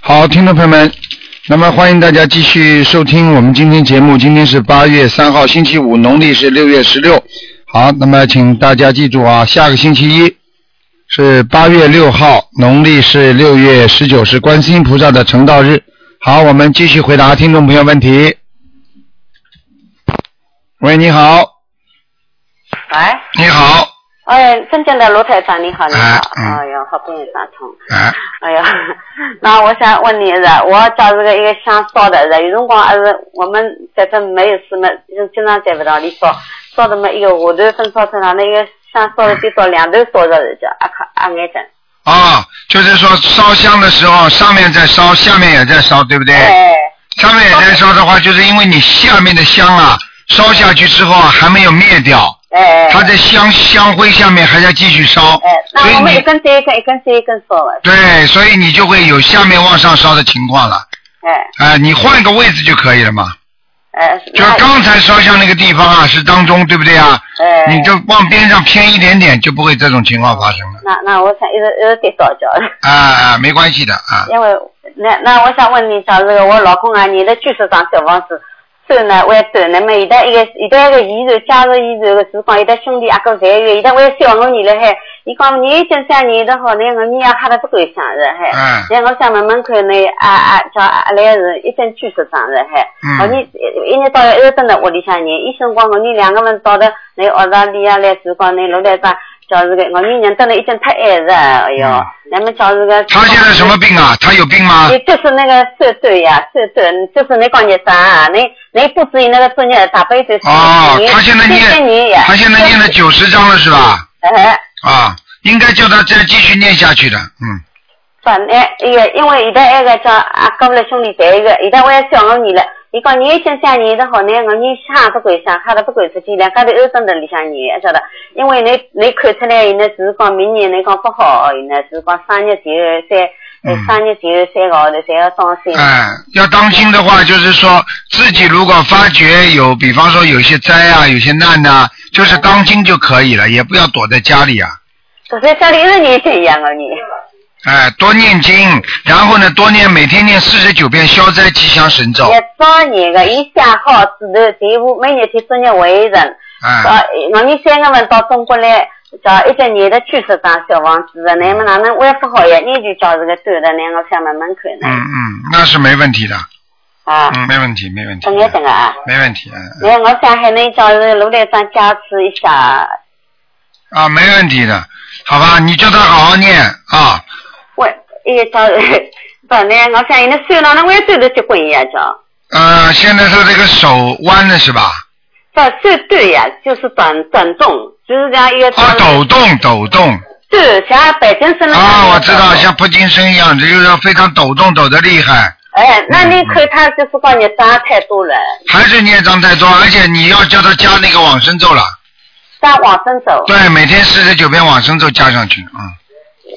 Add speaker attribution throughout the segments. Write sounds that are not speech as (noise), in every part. Speaker 1: 好，听众朋友们，那么欢迎大家继续收听我们今天节目。今天是八月三号，星期五，农历是六月十六。好，那么请大家记住啊，下个星期一是八月六号，农历是六月十九，是观世音菩萨的成道日。好，我们继续回答听众朋友问题。喂，你好，
Speaker 2: 哎，
Speaker 1: 你好，
Speaker 2: 哎，尊敬的罗台长，你好，你好，
Speaker 1: 哎嗯
Speaker 2: 哎呀，好不容易打通，
Speaker 1: 哎，
Speaker 2: 哎呀， (laughs) 那我想问你的，我家这个一个想烧的人，有辰光还是我们这边没有什么，人经常在不到里烧，烧的么一个下头分烧成上那个想烧的最少两头烧着的，叫阿卡阿癌症，
Speaker 1: 啊、就是说烧香的时候，上面在烧，下面也在烧，对不对？
Speaker 2: 哎，
Speaker 1: 上面也在烧的话，就是因为你下面的香啊，烧下去之后啊，还没有灭掉，
Speaker 2: 哎，
Speaker 1: 它在香香灰下面还在继续烧，
Speaker 2: 哎，
Speaker 1: 所
Speaker 2: 那我
Speaker 1: 以
Speaker 2: 们一
Speaker 1: 你
Speaker 2: 根接一根，一根接一根烧了，
Speaker 1: 对，所以你就会有下面往上烧的情况了。
Speaker 2: 哎，
Speaker 1: 啊、你换个位置就可以了嘛。
Speaker 2: 哎，
Speaker 1: 就是
Speaker 2: 那
Speaker 1: 刚才烧香那个地方啊，是当中，对不对啊？
Speaker 2: 哎，
Speaker 1: 你就往边上偏一点点，就不会这种情况发生了。
Speaker 2: 那那我想一直一直在烧焦了。
Speaker 1: 啊啊，没关系的啊。
Speaker 2: 因为那那我想问你一下，这个我老公啊，你的居住上小房子走呢会走，那么现在一个现在一个遗产家族遗产的情况，现在兄弟阿哥侪有，现在我也希望我你了海，伊讲你已经三年的好，那个你也哈得不够想着海，
Speaker 1: 嗯
Speaker 2: 那我想问问看呢，啊啊叫阿来是一经居住上了海，
Speaker 1: 嗯
Speaker 2: 哦你一年到一直蹲在屋里向呢，医生讲我你两个人到的那澳大利亚来是讲那罗来吧。叫这个，我女人蹲了已经太矮了，哎呦
Speaker 1: 嗯，
Speaker 2: 那么叫这个。
Speaker 1: 他现在什么病啊？他有病吗
Speaker 2: 你？就是那个瘦瘦呀，瘦瘦，就是你讲你啥，你你不止那个作业，大悲就是
Speaker 1: 哦，他现在
Speaker 2: 哎你
Speaker 1: 念，他现在念了九十章了是吧？
Speaker 2: 哎，
Speaker 1: 啊，应该叫他再继续念下去的，嗯，
Speaker 2: 反正那个，因为现在那个叫啊，搞不了兄弟在一个，现在我也想我你了。你讲你想想你的好呢，我你想不管想，哈都不管出去，两家头都蹲在里向你，晓得？因为你你看出来，现在只是讲明年你讲不好，现在只是讲三日前后三，呃
Speaker 1: 嗯
Speaker 2: 三日前后三个号头侪要当心。
Speaker 1: 哎、要当心的话，就是说自己如果发觉有，比方说有些灾啊，有些难呐、就是当心就可以了，也不要躲在家里啊，
Speaker 2: 所以家里一直年轻一样的你。
Speaker 1: 哎、多念经，然后呢，多念每天念四十九遍消灾吉祥神咒，
Speaker 2: 一早年个，伊写好之后，全部每日去作业完成。
Speaker 1: 哎、
Speaker 2: 呃，我们三个人到中国来，叫一个年的去十张小房子的，那么哪能恢复好呀？你就叫这个走的，那我想慢慢看
Speaker 1: 嗯
Speaker 2: 呢。
Speaker 1: 嗯，那是没问题的，
Speaker 2: 啊，
Speaker 1: 嗯，没问题，没问题，
Speaker 2: 等一等啊，
Speaker 1: 没问题，嗯嗯。
Speaker 2: 那我想还能叫这卢台长加持一下。
Speaker 1: 啊，没问题的，好吧，你叫他好好念啊。
Speaker 2: 我一个叫，本来我想伊那手哪能会走的结棍呀？叫，
Speaker 1: 呃，现在他这个手弯了是吧？
Speaker 2: 叫手短呀，就是短短动，就是这样一个
Speaker 1: 啊，抖动抖动
Speaker 2: 对，像北京生的
Speaker 1: 啊，我知道，像扑金生一样，这就是非常抖动，抖得厉害，
Speaker 2: 哎，那
Speaker 1: 嗯
Speaker 2: 你看他就是讲你打太多了，
Speaker 1: 还是孽障太多，而且你要叫他加那个往生咒了。
Speaker 2: 打往生走。
Speaker 1: 对，每天四十九遍往生咒加上去，嗯，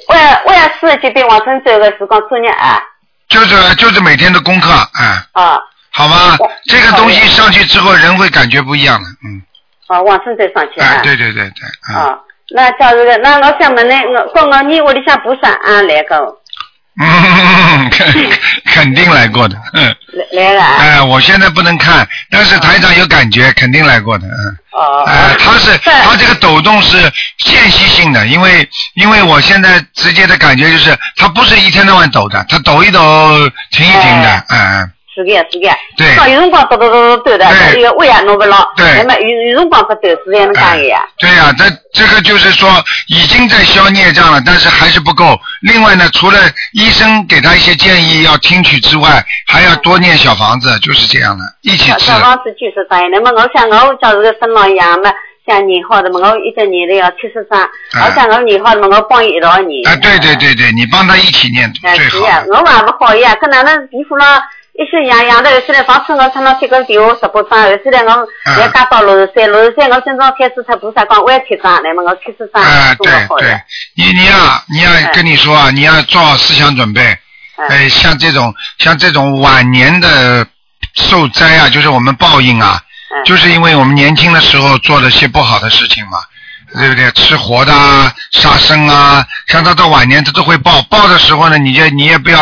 Speaker 2: 我要我要四十几遍往生走的是讲作业啊
Speaker 1: 就是就是每天的功课，嗯，
Speaker 2: 啊
Speaker 1: 好吧
Speaker 2: 我，
Speaker 1: 这个东西上去之后，人会感觉不一样的，嗯，
Speaker 2: 啊，往生走上去
Speaker 1: 哎，
Speaker 2: 啊。
Speaker 1: 对对对对，嗯
Speaker 2: 啊，那假如个，那我想问呢，我讲我你屋里向菩萨啊来个
Speaker 1: 嗯， (laughs) 肯肯定来过的，嗯。
Speaker 2: 来来个啊？
Speaker 1: 哎，我现在不能看，但是台长有感觉，肯定来过的，嗯。
Speaker 2: 哦，
Speaker 1: 哎，他是
Speaker 2: 对
Speaker 1: 他这个抖动是间歇性的，因为因为我现在直接的感觉就是，他不是一天到晚抖的，他抖一抖，停一停的嗯
Speaker 2: 哎，
Speaker 1: 嗯，
Speaker 2: 是的，是的。
Speaker 1: 对
Speaker 2: 讲有辰光抖抖抖抖抖的，
Speaker 1: 对
Speaker 2: 这个胃也弄不牢。
Speaker 1: 对哎
Speaker 2: 那么有有辰光不抖是这样讲的呀。
Speaker 1: 对呀、这这个就是说已经在消孽障了，但是还是不够。另外呢，除了医生给他一些建议要听取之外，还要多念小房子，就是这样的，一起
Speaker 2: 小
Speaker 1: 吃
Speaker 2: 小。房子就是啥呀？那么我想我假如个生老爷们像年好的嘛，我一个年的要七十张，我想我年好的嘛，我帮伊一道念。
Speaker 1: 哎啊，对对。对对，你帮他一起念
Speaker 2: 哎，
Speaker 1: 最
Speaker 2: 是
Speaker 1: 好。
Speaker 2: 呀，我还不好呀，跟哪能皮肤啦，一些样样的，后头来房村我穿到天个电话直播上，后头来我
Speaker 1: 啊
Speaker 2: 也加到六十三，六十三我今朝开始出菩萨讲我也七张，那么我七十张
Speaker 1: 啊，
Speaker 2: 做
Speaker 1: 对
Speaker 2: 好哎
Speaker 1: 对
Speaker 2: 了。，
Speaker 1: 你你要你要
Speaker 2: 哎
Speaker 1: 跟你说啊，你要做好思想准备。
Speaker 2: 哎，
Speaker 1: 哎，像这种像这种晚年的受灾啊，就是我们报应啊，
Speaker 2: 嗯
Speaker 1: 就是因为我们年轻的时候做了些不好的事情嘛，对不对？吃活的啊，杀生啊，像他到晚年他都会报。报的时候呢，你就你也不要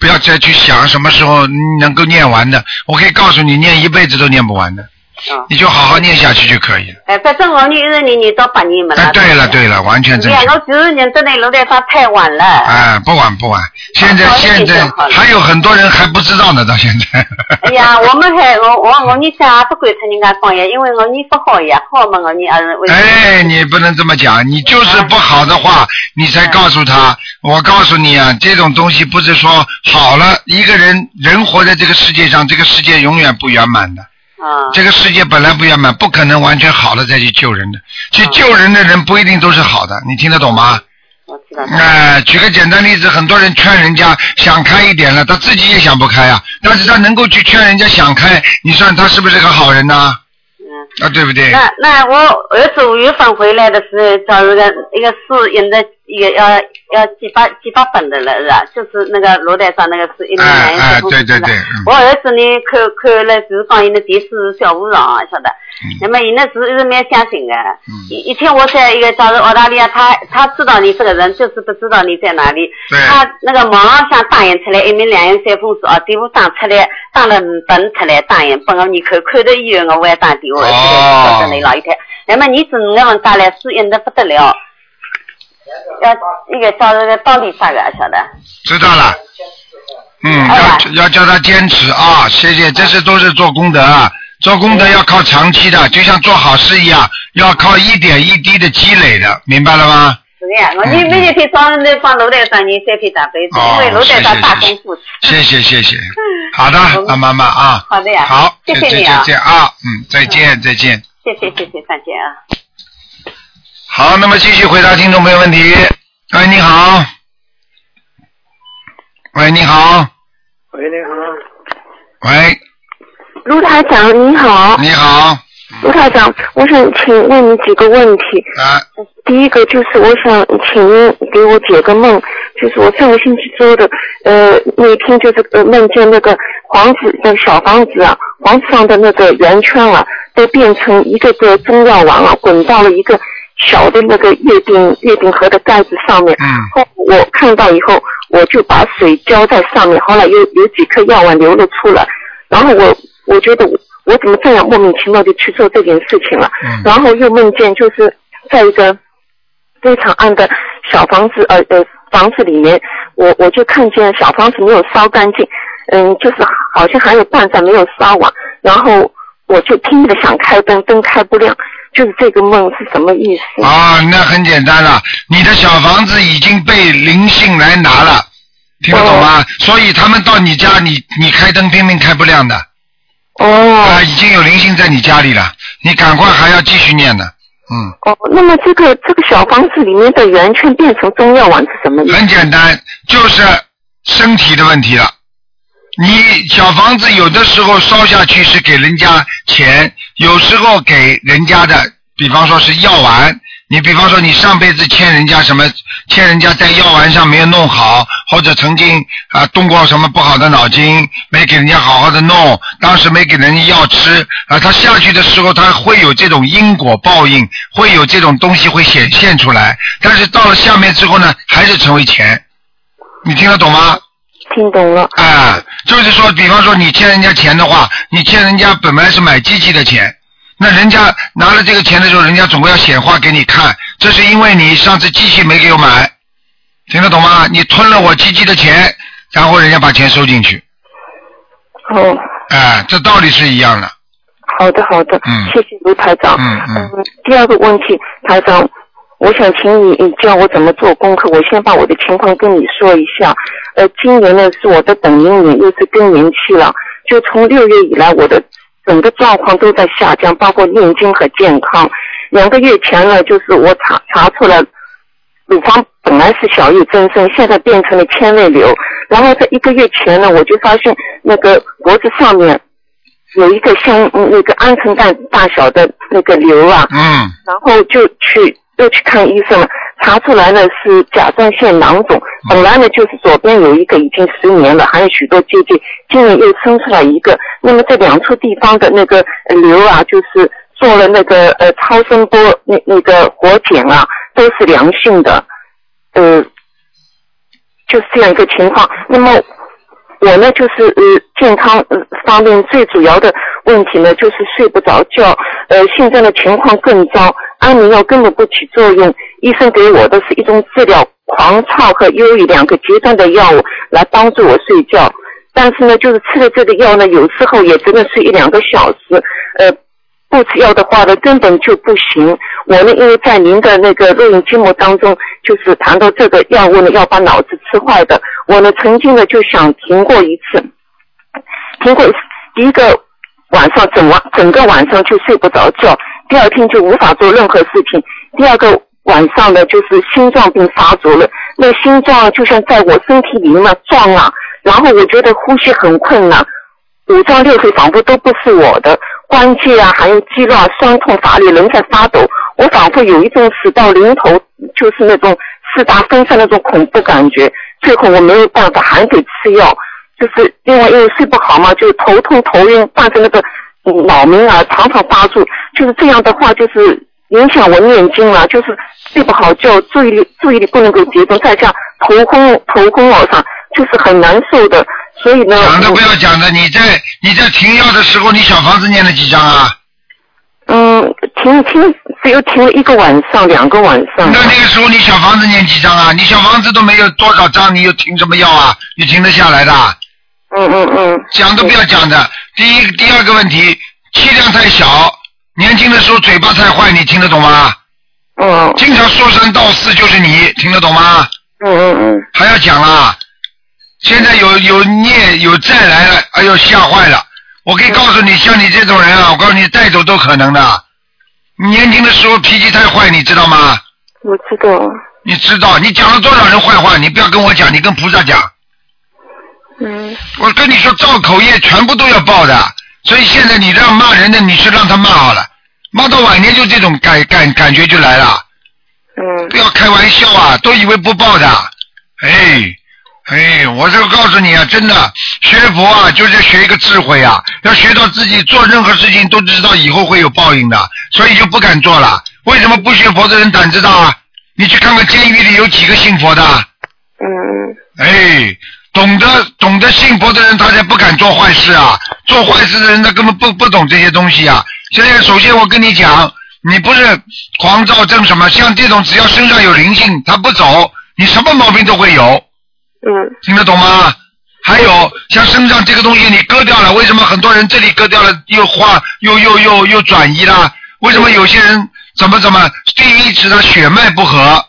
Speaker 1: 不要再去想什么时候能够念完的。我可以告诉你，念一辈子都念不完的，
Speaker 2: 嗯，
Speaker 1: 你就好好念下去就可以了。
Speaker 2: 哎，反正我女儿年龄到八年没
Speaker 1: 哎，
Speaker 2: 了。
Speaker 1: 对了对了，完全正
Speaker 2: 哎
Speaker 1: 确。
Speaker 2: 我九二年到那老地方太晚了。
Speaker 1: 哎，不晚不晚，现在
Speaker 2: 好好地
Speaker 1: 现在
Speaker 2: 就好了
Speaker 1: 还有很多人还不知道呢，到现在。
Speaker 2: 哎呀，我们还我我我女婿啊也不敢听人家讲呀，因为我女不好呀，好嘛我女儿是为。
Speaker 1: 哎，你不能这么讲，你就是不好的话，你才告诉他。我告诉你啊，这种东西不是说好了，一个人人活在这个世界上，这个世界永远不圆满的。
Speaker 2: 啊，
Speaker 1: 这个世界本来不圆满，不可能完全好了再去救人的。去救人的人不一定都是好的，你听得懂吗？
Speaker 2: 我知道。
Speaker 1: 哎，举个简单例子，很多人劝人家想开一点了，他自己也想不开啊。但是他能够去劝人家想开，你算他是不是个好人呐？
Speaker 2: 嗯。
Speaker 1: 啊，对不对？
Speaker 2: 那那我儿子五月份回来的时候，找一个一个是印的也要要几百几百本的了，是吧？就是那个罗台上那个是一
Speaker 1: 哎
Speaker 2: 年
Speaker 1: 哎
Speaker 2: 一，
Speaker 1: 对对对，嗯
Speaker 2: 我儿子呢，看看了就是讲伊那电视是小舞场啊，晓得。
Speaker 1: 嗯
Speaker 2: 那么伊那是一直蛮相信的。一一天我在一个假如澳大利亚，他他知道你这个人，就是不知道你在哪里。
Speaker 1: 对
Speaker 2: 他那个网上想打印出来一面两印三封纸啊，电话打出来，打了五本出来打印，拨我你看，看到以后我还打电话，
Speaker 1: 哦
Speaker 2: 到你老一台。那么你子五个文打来，是印的不得了。要一个叫那个当地啥个啊晓得？
Speaker 1: 知道了。嗯，
Speaker 2: 好吧
Speaker 1: 要要叫他坚持啊！谢谢，这是都是做功德啊，做功德要靠长期的，就像做好事一样，要靠一点一滴的积累的，明白了吗？
Speaker 2: 是这样，我你每一天早上在帮罗台上人三篇大悲咒，
Speaker 1: 哦
Speaker 2: 因为罗台上大功夫。
Speaker 1: 谢谢谢谢，好的，那妈妈啊，
Speaker 2: 嗯好的呀，
Speaker 1: 好，
Speaker 2: 谢
Speaker 1: 就
Speaker 2: 谢
Speaker 1: 就
Speaker 2: 你
Speaker 1: 就
Speaker 2: 啊
Speaker 1: 这，样啊，嗯，再见再见。
Speaker 2: 谢谢谢谢，再见啊。
Speaker 1: 好，那么继续回答听众朋友问题。喂，你好。喂，你好。
Speaker 3: 喂，你好。
Speaker 1: 喂，
Speaker 4: 卢台长你好，
Speaker 1: 你好。
Speaker 3: 嗯
Speaker 4: 卢台长，我想请问你几个问题。
Speaker 1: 啊，
Speaker 4: 第一个就是我想请您给我解个梦，就是我上个星期做的，呃，那天就是呃梦见那个房子的小房子啊，房子上的那个圆圈啊，都变成一个个中药丸啊，滚到了一个小的那个月饼月饼盒的盖子上面。
Speaker 1: 嗯
Speaker 4: 后我看到以后，我就把水浇在上面，后来有有几颗药丸流了出来，然后我我觉得我我怎么这样莫名其妙的去做这件事情了，
Speaker 1: 嗯
Speaker 4: 然后又梦见就是在一个非常暗的小房子呃呃房子里面，我我就看见小房子没有烧干净，嗯，就是好像还有半盏没有烧完，然后我就拼命的想开灯，灯开不亮，就是这个梦是什么意思？
Speaker 1: 啊，那很简单了，你的小房子已经被灵性来拿了，听得懂吗？所以他们到你家，你你开灯拼命开不亮的，啊，
Speaker 4: 哦
Speaker 1: 已经有灵性在你家里了，你赶快还要继续念呢。嗯，
Speaker 4: 哦，那么这个这个小房子里面的圆圈变成中药丸是什么意思？
Speaker 1: 很简单，就是身体的问题了。你小房子有的时候烧下去是给人家钱，有时候给人家的，比方说是药丸。你比方说你上辈子欠人家什么，欠人家在药丸上没有弄好，或者曾经啊、动过什么不好的脑筋，没给人家好好的弄，当时没给人家药吃啊、他下去的时候他会有这种因果报应，会有这种东西会显现出来，但是到了下面之后呢，还是成为钱，你听得懂吗？
Speaker 4: 听懂了。
Speaker 1: 啊，就是说，比方说你欠人家钱的话，你欠人家本来是买机器的钱，那人家拿了这个钱的时候，人家总归要显化给你看，这是因为你上次机器没给我买，听得懂吗？你吞了我机器的钱，然后人家把钱收进去，
Speaker 4: 哦，
Speaker 1: 哎、这道理是一样的。
Speaker 4: 好的好的，
Speaker 1: 嗯
Speaker 4: 谢谢卢台长。
Speaker 1: 嗯嗯
Speaker 4: 第二个问题，台长，我想请你你教我怎么做功课。我先把我的情况跟你说一下。呃，今年呢是我的本命年，又是更年期了。就从六月以来，我的整个状况都在下降，包括念经和健康。两个月前呢，就是我查查出了乳房本来是小叶增生，现在变成了纤维瘤。然后在一个月前呢，我就发现那个脖子上面有一个像嗯那个鹌鹑蛋大小的那个瘤啊，
Speaker 1: 嗯
Speaker 4: 然后就去又去看医生了，查出来呢是甲状腺囊肿。本来呢就是左边有一个已经十年了，还有许多结节，今年又生出来一个。那么这两处地方的那个呃瘤啊，就是做了那个呃超声波那那个活检啊，都是良性的。呃，就是这样一个情况。那么我呢就是呃健康呃方面最主要的问题呢就是睡不着觉，呃现在的情况更糟，安眠药根本不起作用，医生给我的是一种治疗狂躁和忧郁两个极端的药物来帮助我睡觉，但是呢就是吃了这个药呢，有时候也只能睡一两个小时，呃不吃药的话呢，根本就不行。我呢，因为在您的那个录音节目当中，就是谈到这个药物呢，要把脑子吃坏的。我呢，曾经呢就想停过一次，停过一次一个晚上，整晚整个晚上就睡不着觉，第二天就无法做任何事情。第二个晚上呢，就是心脏病发作了，那心脏就像在我身体里面撞了，然后我觉得呼吸很困难，五脏六腑仿佛都不是我的，关节啊，还有肌肉啊，酸痛乏力，人在发抖。我仿佛有一种死到临头，就是那种四大分散那种恐怖感觉。最后我没有办法，还得吃药，就是另外因为睡不好嘛，就头痛头晕，伴着那个嗯脑鸣啊，常常发作。就是这样的话，就是影响我念经了、就是睡不好觉，注意力注意力不能够集中，再加上头昏头昏脑上，就是很难受的。所以呢，
Speaker 1: 讲的
Speaker 4: 我
Speaker 1: 不要讲的，你在你在停药的时候，你小房子念了几张啊？
Speaker 4: 嗯，停停，只有停了一个晚上，两个晚上。
Speaker 1: 那那个时候你小房子念几张啊？你小房子都没有多少张，你又停什么药啊？你停得下来的啊？
Speaker 4: 嗯嗯嗯，
Speaker 1: 讲都不要讲的。第一，第二个问题，气量太小，年轻的时候嘴巴太坏，你听得懂吗？
Speaker 4: 嗯
Speaker 1: 经常说三道四就是你，听得懂吗？
Speaker 4: 嗯嗯嗯。
Speaker 1: 还要讲啦？现在有有孽有债来了，哎呦吓坏了！我可以告诉你，像你这种人啊，我告诉你带走都可能的。你年轻的时候脾气太坏，你知道吗？
Speaker 4: 我知道，
Speaker 1: 你知道，你讲了多少人坏话？你不要跟我讲，你跟菩萨讲。
Speaker 4: 嗯
Speaker 1: 我跟你说，造口业全部都要报的，所以现在你让骂人的，你去让他骂好了，骂到晚年就这种感感感觉就来了。
Speaker 4: 嗯
Speaker 1: 不要开玩笑啊，都以为不报的，哎哎，我就告诉你啊，真的学佛啊，就是学一个智慧啊，要学到自己做任何事情都知道以后会有报应的，所以就不敢做了。为什么不学佛的人胆子大啊？你去看看监狱里有几个信佛的啊？
Speaker 4: 嗯
Speaker 1: 哎，懂得懂得信佛的人，他才不敢做坏事啊！做坏事的人，他根本不不懂这些东西啊。现在，首先我跟你讲，你不是狂躁症什么，像这种只要身上有灵性，他不走，你什么毛病都会有，
Speaker 4: 嗯
Speaker 1: 听得懂吗？还有像身上这个东西，你割掉了，为什么很多人这里割掉了又化又又又又转移啦？为什么有些人怎么怎么？第一是他血脉不和，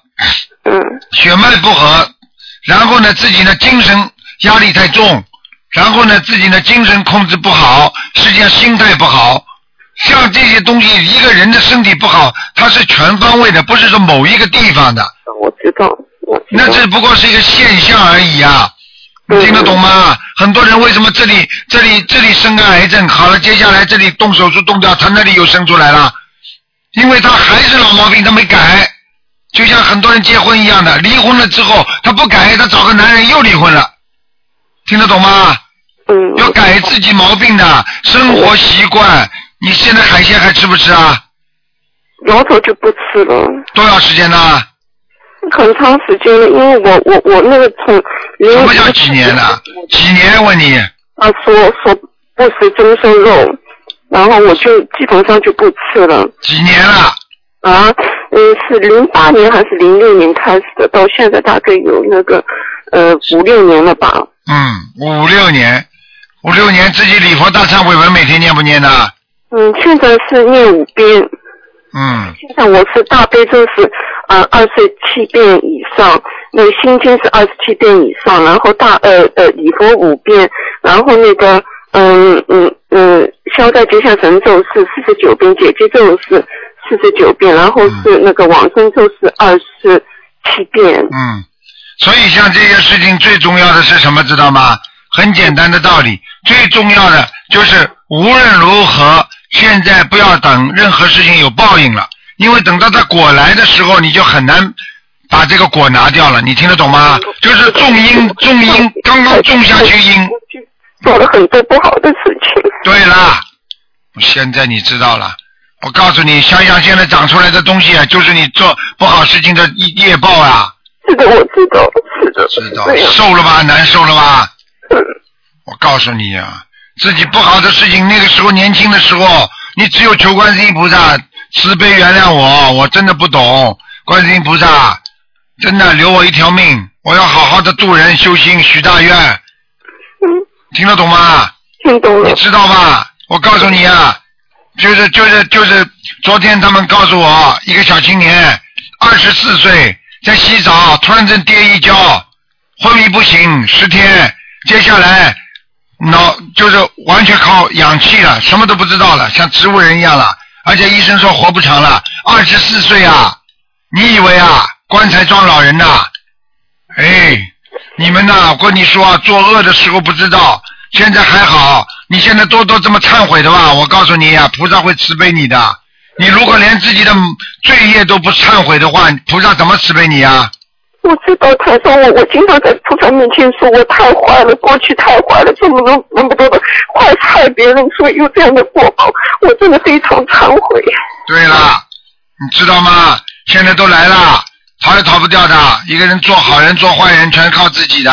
Speaker 4: 嗯
Speaker 1: 血脉不和，然后呢自己呢精神压力太重，然后呢自己呢精神控制不好，实际上心态不好，像这些东西，一个人的身体不好，它是全方位的，不是说某一个地方的，
Speaker 4: 我知道，我知道
Speaker 1: 那只不过是一个现象而已啊。你
Speaker 4: 嗯
Speaker 1: 听得懂吗？很多人为什么这里、这里、这里生个癌症，好了，接下来这里动手术动掉，他那里又生出来了，因为他还是老毛病，他没改。就像很多人结婚一样的，离婚了之后他不改，他找个男人又离婚了，听得懂吗？
Speaker 4: 嗯
Speaker 1: 要改自己毛病的生活习惯。你现在海鲜还吃不吃啊？
Speaker 4: 摇头就不吃了，
Speaker 1: 多少时间呢？
Speaker 4: 很长时间了，因为我我我那个从零
Speaker 1: 什么叫几年呢？几年？问你，
Speaker 4: 他啊说说不食增生肉，然后我就基本上就不吃了
Speaker 1: 几年了？
Speaker 4: 啊，嗯是零八年还是零六年开始的，到现在大概有那个呃五六年了吧，
Speaker 1: 嗯，五六年，五六年自己礼佛大忏悔文每天念不念呢？
Speaker 4: 嗯现在是念五遍。
Speaker 1: 嗯，
Speaker 4: 现在我是大悲咒是呃二十七遍以上，那个心经是二十七遍以上，然后大呃呃礼佛五遍，然后那个嗯嗯嗯消灾吉祥神咒是四十九遍，解结咒是四十九遍，然后是那个往生咒是二十七遍。
Speaker 1: 嗯，所以像这些事情最重要的是什么？知道吗？很简单的道理，最重要的就是无论如何，现在不要等任何事情有报应了，因为等到它果来的时候，你就很难把这个果拿掉了。你听得懂吗？就是种因，种因，刚刚种下去因，
Speaker 4: 嗯做了很多不好的事情。
Speaker 1: 对啦，现在你知道了。我告诉你，想想现在长出来的东西啊，就是你做不好事情的业业报啊，
Speaker 4: 是的，我知道，是的，
Speaker 1: 知道
Speaker 4: 对呀、
Speaker 1: 受了吧，难受了吧？
Speaker 4: 嗯
Speaker 1: 我告诉你啊，自己不好的事情，那个时候年轻的时候，你只有求观世音菩萨慈悲原谅我，我真的不懂，观世音菩萨真的留我一条命，我要好好的度人修心许大愿，
Speaker 4: 嗯，
Speaker 1: 听得懂吗？
Speaker 4: 听懂了
Speaker 1: 你，知道吗？我告诉你啊，就是就是就是，昨天他们告诉我，一个小青年，二十四岁，在洗澡，突然间跌一跤，昏迷不醒十天，接下来脑就是完全靠氧气了，什么都不知道了，像植物人一样了，而且医生说活不长了，二十四岁啊，你以为啊，棺材装老人呐、哎，你们呐、我跟你说啊，做恶的时候不知道，现在还好。你现在多多这么忏悔的话，我告诉你啊，菩萨会慈悲你的。你如果连自己的罪业都不忏悔的话，菩萨怎么慈悲你啊？
Speaker 4: 我知道台上我我经常在菩萨面前说我太坏了，过去太坏了，这么多那么多的坏事害别人，所以有这样的果报，我真的非常忏悔。
Speaker 1: 对啦，你知道吗？现在都来了，逃也逃不掉的。一个人做好人做坏人，全靠自己的。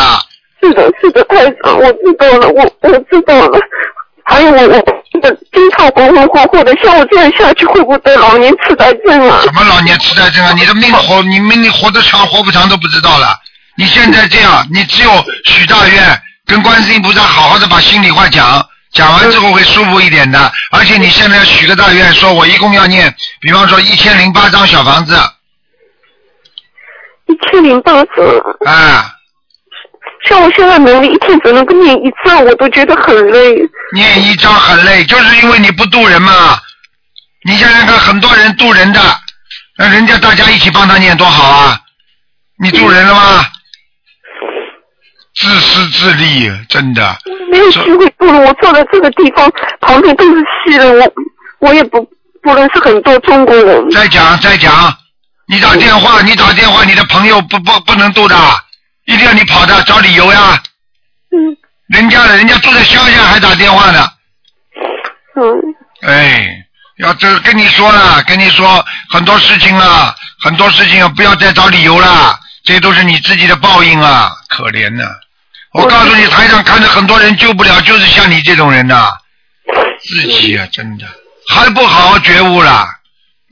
Speaker 4: 是的，是的，台长，我知道了，我我知道了。还有我我真的经常浑浑噩噩的，像我这样下去会不会得老年痴呆症啊？
Speaker 1: 什么老年痴呆症啊？你的命活，你命你活得长活不长都不知道了。你现在这样，你只有许大愿，跟观世音菩萨好好的把心里话讲，讲完之后会舒服一点的。而且你现在要许个大愿，说我一共要念，比方说一千零八张小房子，
Speaker 4: 一千零八次，
Speaker 1: 啊，
Speaker 4: 像我现在能力一天只能够念一次，我都觉得很累。
Speaker 1: 念一张很累，就是因为你不渡人嘛。你想想看，很多人渡人的，那人家大家一起帮他念多好啊！你渡人了吗？自私自利，真的。
Speaker 4: 没有机会不能，我坐在这个地方，旁边都是西人，我我也不不认识很多中国人。
Speaker 1: 再讲再讲，你打电话，你打电话，你的朋友不不不能度的，一定要你跑的，找理由呀。
Speaker 4: 嗯
Speaker 1: 人家人家住在乡下还打电话呢，
Speaker 4: 嗯，
Speaker 1: 哎，要这跟你说了，跟你说很多事情了，很多事情啊不要再找理由了，这都是你自己的报应啊，可怜呐、我告诉你，台上看着很多人救不了，就是像你这种人呐、自己啊，真的还不好好觉悟啦，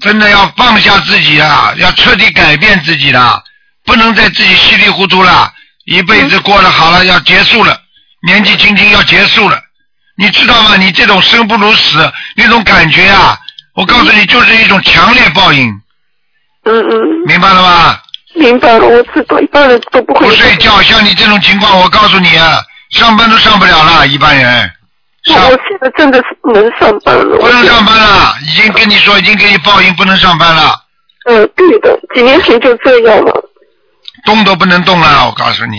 Speaker 1: 真的要放下自己啊，要彻底改变自己啦，不能再自己稀里糊涂啦，一辈子过了好了，要结束了，年纪轻轻要结束了，你知道吗？你这种生不如死那种感觉啊，我告诉你，就是一种强烈报应，
Speaker 4: 嗯嗯，
Speaker 1: 明白了吗？
Speaker 4: 明白了，我知道一般人都不会。
Speaker 1: 不睡觉，像你这种情况，我告诉你啊，上班都上不了了，一般人。
Speaker 4: 我
Speaker 1: 上
Speaker 4: 我现在真的是能上班了。
Speaker 1: 不
Speaker 4: 我
Speaker 1: 能
Speaker 4: 现在
Speaker 1: 上班了，已经跟你说，已经给你报应，不能上班了，
Speaker 4: 嗯，对的，几年前就这样了。
Speaker 1: 动都不能动了。我告诉你，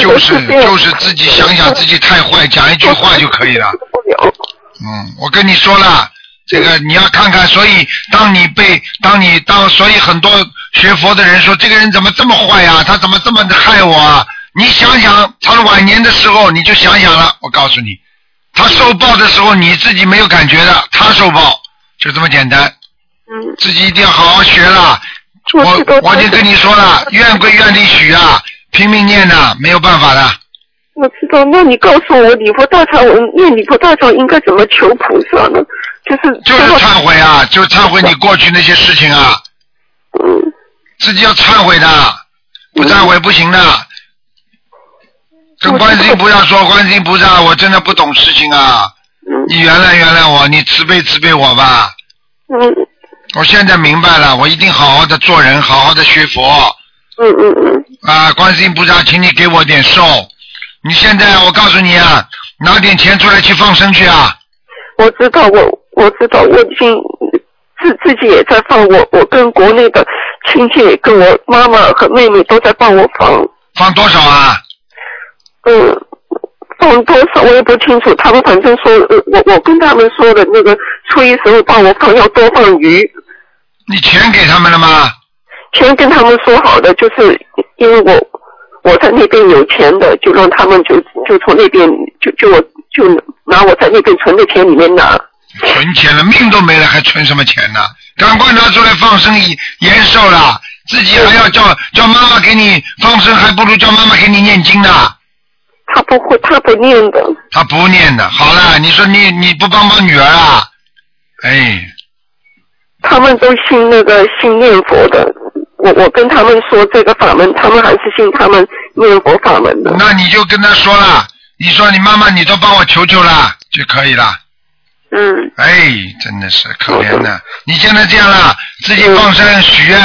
Speaker 1: 就
Speaker 4: 的
Speaker 1: 是
Speaker 4: 这样
Speaker 1: 就是自己想想自己太坏，讲一句话就可以了。
Speaker 4: 不了。
Speaker 1: 嗯，我跟你说了，这个你要看看。所以，当你被当你当，所以很多学佛的人说，这个人怎么这么坏呀、他怎么这么的害我啊？你想想，他晚年的时候，你就想想了。我告诉你，他受报的时候，你自己没有感觉的，他受报，就这么简单。
Speaker 4: 嗯，
Speaker 1: 自己一定要好好学了。我
Speaker 4: 我知道。
Speaker 1: 我就跟你说了，愿归愿力许啊，拼命念呐、没有办法的。
Speaker 4: 我知道，那你告诉我，礼佛大忏，我念礼佛大忏应该怎么求菩萨呢？就是
Speaker 1: 就是忏悔啊，就忏悔你过去那些事情啊。
Speaker 4: 嗯
Speaker 1: 自己要忏悔的，不忏悔不行的。跟观世音菩萨说，观世音菩萨，我真的不懂事情啊，
Speaker 4: 嗯
Speaker 1: 你原谅原谅我，你慈悲慈悲我吧。
Speaker 4: 嗯
Speaker 1: 我现在明白了，我一定好好的做人，好好的学佛
Speaker 4: 嗯嗯嗯
Speaker 1: 啊！观世音菩萨，请你给我点寿。你现在，我告诉你啊，拿点钱出来去放生去啊！
Speaker 4: 我知道，我我知道，我已经自自己也在放我，我跟国内的亲戚跟我妈妈和妹妹都在帮我放，
Speaker 1: 放多少啊？
Speaker 4: 嗯，放多少我也不清楚，他们反正说，呃我我跟他们说的那个初一十五帮我放要多放鱼，
Speaker 1: 你钱给他们了吗？
Speaker 4: 先跟他们说好的，就是因为我我在那边有钱的，就让他们就就从那边就就我就拿我在那边存的钱里面拿，
Speaker 1: 存钱了，命都没了，还存什么钱呢？赶快拿出来放生延延寿了，自己还要叫叫妈妈给你放生，还不如叫妈妈给你念经呢。
Speaker 4: 他不会，他不念的。
Speaker 1: 他不念的。好了，你说你你不帮帮女儿啊？哎，
Speaker 4: 他们都信那个信念佛的，我我跟他们说这个法门，他们还是信他们念佛法门的。
Speaker 1: 那你就跟他说了，你说你妈妈你都帮我求求啦就可以了。
Speaker 4: 嗯，
Speaker 1: 哎，真的是可怜的。你现在这样了，自己放生许愿，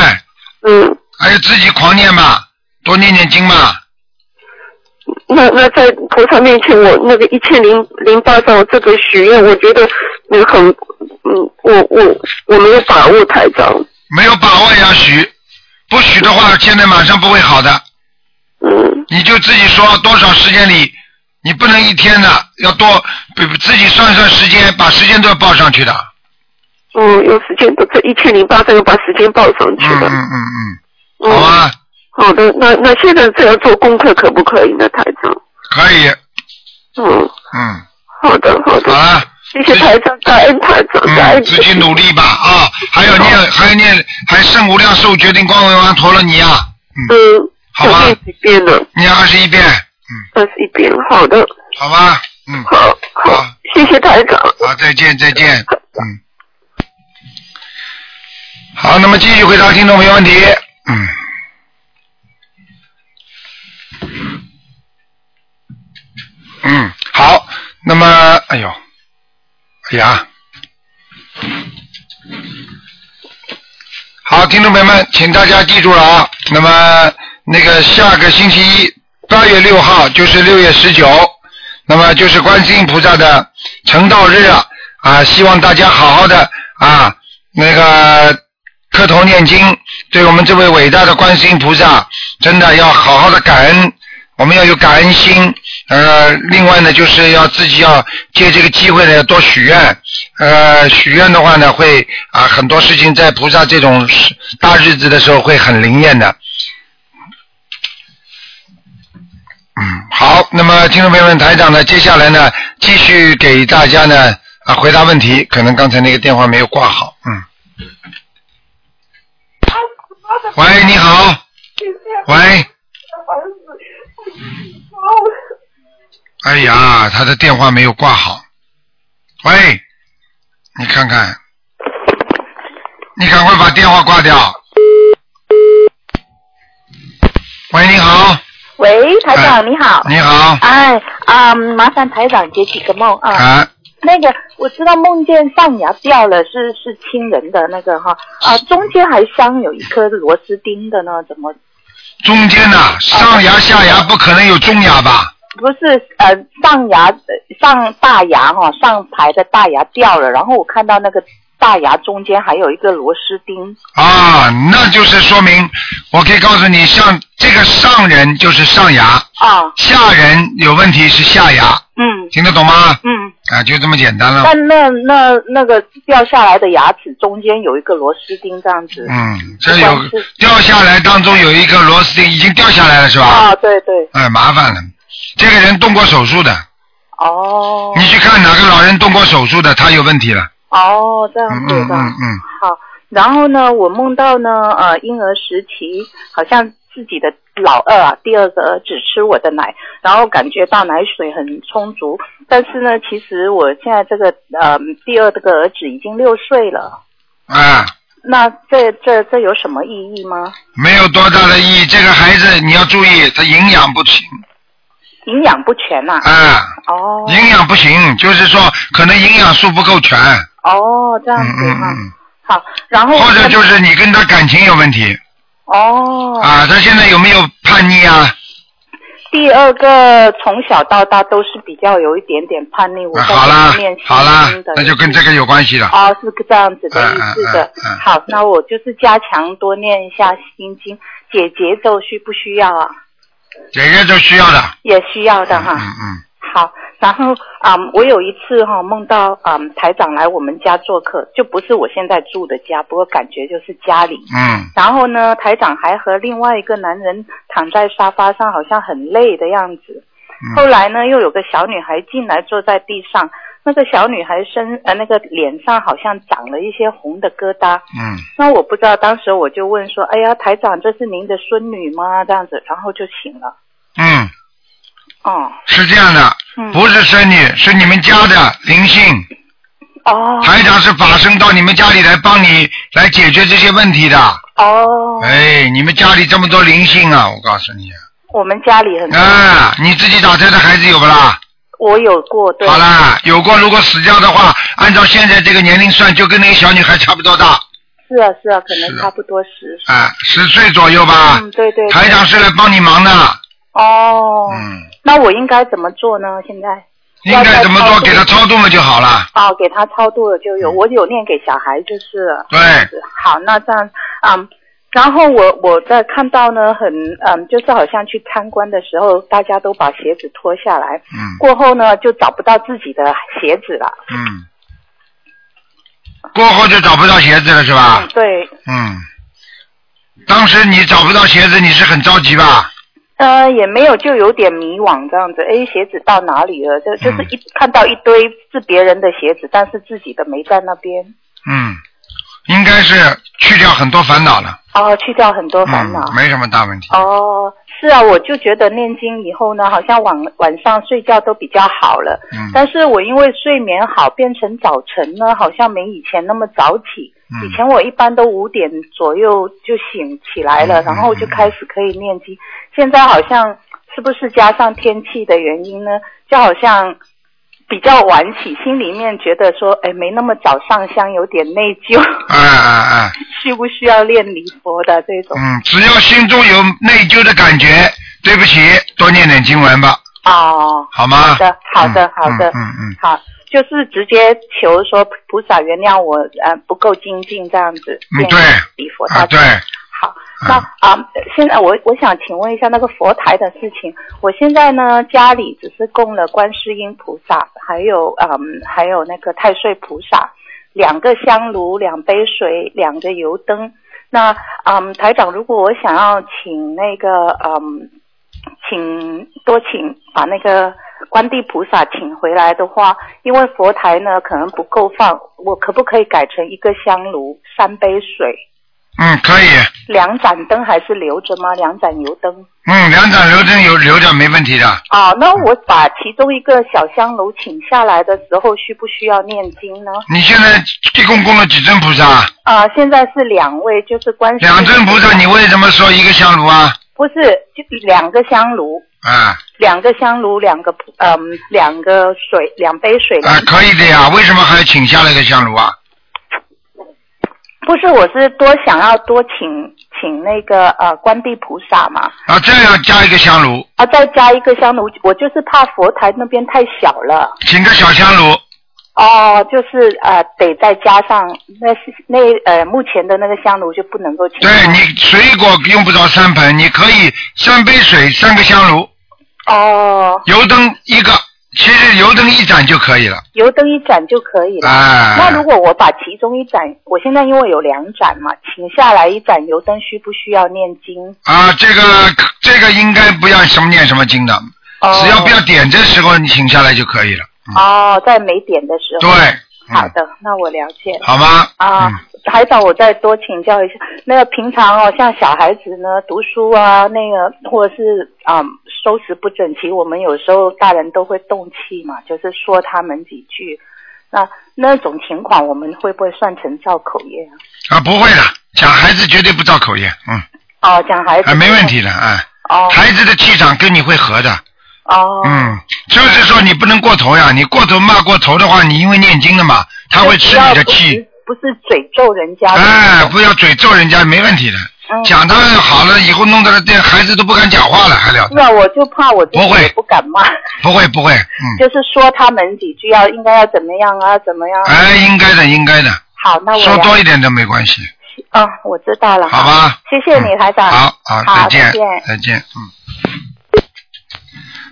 Speaker 4: 嗯，
Speaker 1: 还有自己狂念吧，多念念经嘛。
Speaker 4: 那那在菩萨面前，我那个一千零零八张这个许愿，我觉得嗯很，嗯，我我我没有把握台长，
Speaker 1: 没有把握也要许，不许的话，现在马上不会好的。
Speaker 4: 嗯
Speaker 1: 你就自己说多少时间里，你不能一天的，要多不不自己算算时间，把时间都要报上去的。
Speaker 4: 嗯，有时间的这一千零八张要把时间报上去
Speaker 1: 嗯
Speaker 4: 的
Speaker 1: 嗯，嗯嗯，
Speaker 4: 嗯
Speaker 1: 好吧，
Speaker 4: 好的，那那现在这样做功课可不可以呢，台长？
Speaker 1: 可以，
Speaker 4: 嗯，
Speaker 1: 嗯，
Speaker 4: 好的好
Speaker 1: 好
Speaker 4: 的，
Speaker 1: 了，
Speaker 4: 谢谢台长，感恩台长，
Speaker 1: 嗯，
Speaker 4: 感恩
Speaker 1: 自己努力吧啊！还有念，还有念，还圣无量寿决定光文王陀罗尼啊，嗯，
Speaker 4: 嗯，
Speaker 1: 好吧
Speaker 4: 想念几遍呢？
Speaker 1: 念二十一遍，嗯，
Speaker 4: 二十一遍，好的，
Speaker 1: 好吧，嗯，
Speaker 4: 好好
Speaker 1: 好，
Speaker 4: 谢谢台长。
Speaker 1: 好，再见，再见，嗯。好，那么继续回答听众朋友问题。嗯。嗯，好，那么，哎呦，哎呀，好，听众朋友们，请大家记住了啊。那么，那个下个星期一，八月六号就是六月十九，那么就是观世音菩萨的成道日啊，啊，希望大家好好的啊，那个磕头念经，对我们这位伟大的观世音菩萨，真的要好好的感恩，我们要有感恩心。呃，另外呢，就是要自己要借这个机会呢，要多许愿。呃，许愿的话呢，会啊很多事情在菩萨这种时大日子的时候会很灵验的。嗯，好，那么听众朋友们，台长呢，接下来呢，继续给大家呢啊回答问题，可能刚才那个电话没有挂好，嗯。喂，你好，喂，哎呀，他的电话没有挂好，喂，你看看，你赶快把电话挂掉。喂，你好，
Speaker 3: 喂，台
Speaker 1: 哎
Speaker 3: 长你好。
Speaker 1: 你好，
Speaker 3: 哎啊、麻烦台长解几个梦啊。
Speaker 1: 啊，
Speaker 3: 那个我知道梦见上牙掉了，是是亲人的那个哈啊，中间还镶有一颗螺丝钉的呢，怎么
Speaker 1: 中间呐、上牙下牙不可能有中牙吧？
Speaker 3: 不是呃上牙呃上大牙哈、上排的大牙掉了，然后我看到那个大牙中间还有一个螺丝钉，
Speaker 1: 啊，那就是说明，我可以告诉你，像这个上人就是上牙，
Speaker 3: 啊
Speaker 1: 下人有问题是下牙，
Speaker 3: 嗯
Speaker 1: 听得懂吗？
Speaker 3: 嗯，
Speaker 1: 啊，就这么简单了
Speaker 3: 那。那那那个掉下来的牙齿中间有一个螺丝钉这样子，
Speaker 1: 嗯，这有
Speaker 3: 不管是
Speaker 1: 掉下来当中有一个螺丝钉已经掉下来了是吧？
Speaker 3: 啊对对
Speaker 1: 哎，麻烦了，这个人动过手术的，
Speaker 3: 哦
Speaker 1: 你去看哪个老人动过手术的，他有问题了。
Speaker 3: 哦这样
Speaker 1: 嗯
Speaker 3: 子
Speaker 1: 嗯
Speaker 3: 的。
Speaker 1: 嗯嗯，
Speaker 3: 好，然后呢，我梦到呢，呃，婴儿时期好像自己的老二啊，第二个儿只吃我的奶，然后感觉到奶水很充足，但是呢，其实我现在这个呃第二个儿子已经六岁了，
Speaker 1: 哎。
Speaker 3: 那这这这有什么意义吗？
Speaker 1: 没有多大的意义。这个孩子你要注意，他营养不行
Speaker 3: 营养不全呐、
Speaker 1: 啊，
Speaker 3: 哦
Speaker 1: 营养不行，就是说可能营养素不够全，
Speaker 3: 哦，这
Speaker 1: 嗯
Speaker 3: 样子
Speaker 1: 嗯
Speaker 3: 啊，
Speaker 1: 嗯，
Speaker 3: 好，然后
Speaker 1: 或者就是你跟他感情有问题
Speaker 3: 哦，
Speaker 1: 啊，他现在有没有叛逆啊？
Speaker 3: 第二个从小到大都是比较有一点点叛逆，我
Speaker 1: 啊
Speaker 3: 在
Speaker 1: 好啦
Speaker 3: 这哦方面是
Speaker 1: 好啦
Speaker 3: 真的，
Speaker 1: 那就跟这个有关系了。
Speaker 3: 哦，是这样子的
Speaker 1: 嗯
Speaker 3: 意
Speaker 1: 嗯
Speaker 3: 思的。
Speaker 1: 嗯嗯
Speaker 3: 好，那我就是加强多念一下心经，解节奏需不需要啊？
Speaker 1: 姐姐都需要的，
Speaker 3: 也需要的啊哈。
Speaker 1: 嗯嗯，
Speaker 3: 好，然后啊、嗯我有一次哈、梦到啊、嗯台长来我们家做客，就不是我现在住的家，不过感觉就是家里。
Speaker 1: 嗯
Speaker 3: 然后呢，台长还和另外一个男人躺在沙发上，好像很累的样子。
Speaker 1: 嗯
Speaker 3: 后来呢，又有个小女孩进来，坐在地上。那个小女孩身呃，那个脸上好像长了一些红的疙瘩。
Speaker 1: 嗯
Speaker 3: 那我不知道，当时我就问说：“哎呀，台长，这是您的孙女吗？”这样子，然后就醒了。
Speaker 1: 嗯，
Speaker 3: 哦，
Speaker 1: 是这样的，
Speaker 3: 嗯
Speaker 1: 不是生女，是你们家的灵性。
Speaker 3: 哦，
Speaker 1: 台长是法身到你们家里来帮你来解决这些问题的。
Speaker 3: 哦，
Speaker 1: 哎，你们家里这么多灵性啊，我告诉你。
Speaker 3: 我们家里很多，
Speaker 1: 啊，你自己打胎的孩子有不啦？
Speaker 3: 我有过，对，
Speaker 1: 好啦，有过，如果死掉的话，按照现在这个年龄算，就跟那个小女孩差不多大，
Speaker 3: 是啊是啊，可
Speaker 1: 是
Speaker 3: 能
Speaker 1: 啊
Speaker 3: 差不多十，
Speaker 1: 啊，十岁左右吧
Speaker 3: 嗯，。对对，对
Speaker 1: 台长是来帮你忙的，
Speaker 3: 哦，
Speaker 1: 嗯，
Speaker 3: 那我应该怎么做呢？现在
Speaker 1: 应该怎么
Speaker 3: 要
Speaker 1: 做？
Speaker 3: 不
Speaker 1: 给他
Speaker 3: 要超度
Speaker 1: 超度了就好了。
Speaker 3: 哦，给他超度了就有，我有念给小孩就是了。
Speaker 1: 嗯对，
Speaker 3: 好，那这样，嗯，然后我我在看到呢，很嗯，就是好像去参观的时候，大家都把鞋子脱下来，
Speaker 1: 嗯
Speaker 3: 过后呢就找不到自己的鞋子了。
Speaker 1: 嗯。过后就找不到鞋子了是吧
Speaker 3: 嗯，？对，
Speaker 1: 嗯。当时你找不到鞋子，你是很着急吧？
Speaker 3: 呃，也没有，就有点迷惘这样子。哎，鞋子到哪里了？就
Speaker 1: 嗯
Speaker 3: 就是一、看到一堆是别人的鞋子，但是自己的没在那边。
Speaker 1: 嗯，应该是去掉很多烦恼了。
Speaker 3: 哦，去掉很多烦恼。
Speaker 1: 嗯，没什么大问题。
Speaker 3: 哦，是啊，我就觉得念经以后呢，好像晚晚上睡觉都比较好了。
Speaker 1: 嗯
Speaker 3: 但是我因为睡眠好，变成早晨呢，好像没以前那么早起。
Speaker 1: 嗯
Speaker 3: 以前我一般都五点左右就醒起来了，
Speaker 1: 嗯
Speaker 3: 然后就开始可以念经。现在好像是不是加上天气的原因呢？就好像比较晚起，心里面觉得说，哎，没那么早上香，有点内疚， (laughs)
Speaker 1: 哎哎哎，
Speaker 3: 需不需要念离佛的这种
Speaker 1: 嗯，只要心中有内疚的感觉，对不起，多念点经文吧，
Speaker 3: 哦。
Speaker 1: 好吗？
Speaker 3: 好的好的
Speaker 1: 嗯
Speaker 3: 好的
Speaker 1: 嗯嗯嗯，
Speaker 3: 好，就是直接求说菩萨原谅我，呃，不够精进这样子。
Speaker 1: 嗯对
Speaker 3: 礼佛大
Speaker 1: 啊
Speaker 3: 忏
Speaker 1: 对，
Speaker 3: 好，那
Speaker 1: 嗯
Speaker 3: 啊、现在我我想请问一下那个佛台的事情。我现在呢，家里只是供了观世音菩萨，还有嗯，还有那个太岁菩萨，两个香炉，两杯水，两个油灯。那嗯，台长，如果我想要请那个嗯，请多请把那个观地菩萨请回来的话，因为佛台呢可能不够放，我可不可以改成一个香炉、三杯水？
Speaker 1: 嗯可以，
Speaker 3: 两盏灯还是留着吗？两盏油灯。
Speaker 1: 嗯两盏留着有留着没问题的，
Speaker 3: 啊，那
Speaker 1: 嗯
Speaker 3: 我把其中一个小香炉请下来的时候，需不需要念经呢？
Speaker 1: 你现在一共供了几尊菩萨？
Speaker 3: 啊，现在是两位，就是观世音
Speaker 1: 两尊菩萨，你为什么说一个香炉啊？
Speaker 3: 不是就两个香炉，
Speaker 1: 啊
Speaker 3: 两个香炉，两个菩嗯，两个水，两杯水。
Speaker 1: 啊，可以的呀，为什么还要请下来一个香炉啊？
Speaker 3: 不是，我是多想要多请请那个呃观地菩萨嘛，
Speaker 1: 啊，这要加一个香炉，
Speaker 3: 啊，再加一个香炉，我就是怕佛台那边太小了。
Speaker 1: 请个小香炉，
Speaker 3: 哦，就是呃，得再加上那是那呃，目前的那个香炉就不能够请。
Speaker 1: 对你水果用不着三盆，你可以三杯水，三个香炉，
Speaker 3: 哦，
Speaker 1: 油灯一个，其实油灯一盏就可以了。
Speaker 3: 油灯一盏就可以了。
Speaker 1: 哎，
Speaker 3: 那如果我把其中一盏，我现在因为有两盏嘛，请下来一盏油灯，需不需要念经？
Speaker 1: 啊，这个这个应该不要什么念什么经的，
Speaker 3: 哦，
Speaker 1: 只要不要点这时候你请下来就可以了。嗯
Speaker 3: 哦，在没点的时候。
Speaker 1: 对，。嗯
Speaker 3: 好，的，那我了解了。
Speaker 1: 好吗？
Speaker 3: 啊，
Speaker 1: 嗯
Speaker 3: 海藻，我再多请教一下。那个平常哦，像小孩子呢读书啊，那个或者是啊、收拾不整齐，我们有时候大人都会动气嘛，就是说他们几句。那那种情况，我们会不会算成造口业啊？
Speaker 1: 啊，不会的，讲孩子绝对不造口业，嗯，
Speaker 3: 哦，讲孩子
Speaker 1: 啊，没问。题的，啊，
Speaker 3: 哦
Speaker 1: 孩子的气场跟你会合的，
Speaker 3: 哦，
Speaker 1: 嗯，就是说你不能过头呀，你过头骂过头的话，你因为念经了嘛，他会吃你的气，
Speaker 3: 不是嘴咒人家的那
Speaker 1: 哎，
Speaker 3: 种。
Speaker 1: 不要嘴咒人家，没问题的，
Speaker 3: 啊嗯
Speaker 1: 讲的好了，以后弄得这孩子都不敢讲话了，还了得？
Speaker 3: 是啊，我就怕我自
Speaker 1: 不会
Speaker 3: 己也不敢骂，
Speaker 1: 不会不会，嗯，
Speaker 3: 就是说他们几句要应该要怎么样啊，怎么样啊？
Speaker 1: 哎，应该的应该的，
Speaker 3: 好，那我
Speaker 1: 说
Speaker 3: 了
Speaker 1: 多一点都没关系，
Speaker 3: 嗯，我知道了。
Speaker 1: 好吧？
Speaker 3: 谢谢你，台长。
Speaker 1: 好好，再见
Speaker 3: 再见，
Speaker 1: 再见，嗯。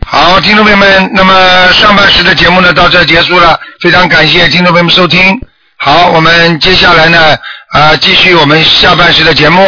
Speaker 1: 好，听众朋友们，那么上半时的节目呢到这儿结束了，非常感谢听众朋呃友们收听。好，我们接下来呢，啊，继续我们下半时的节目。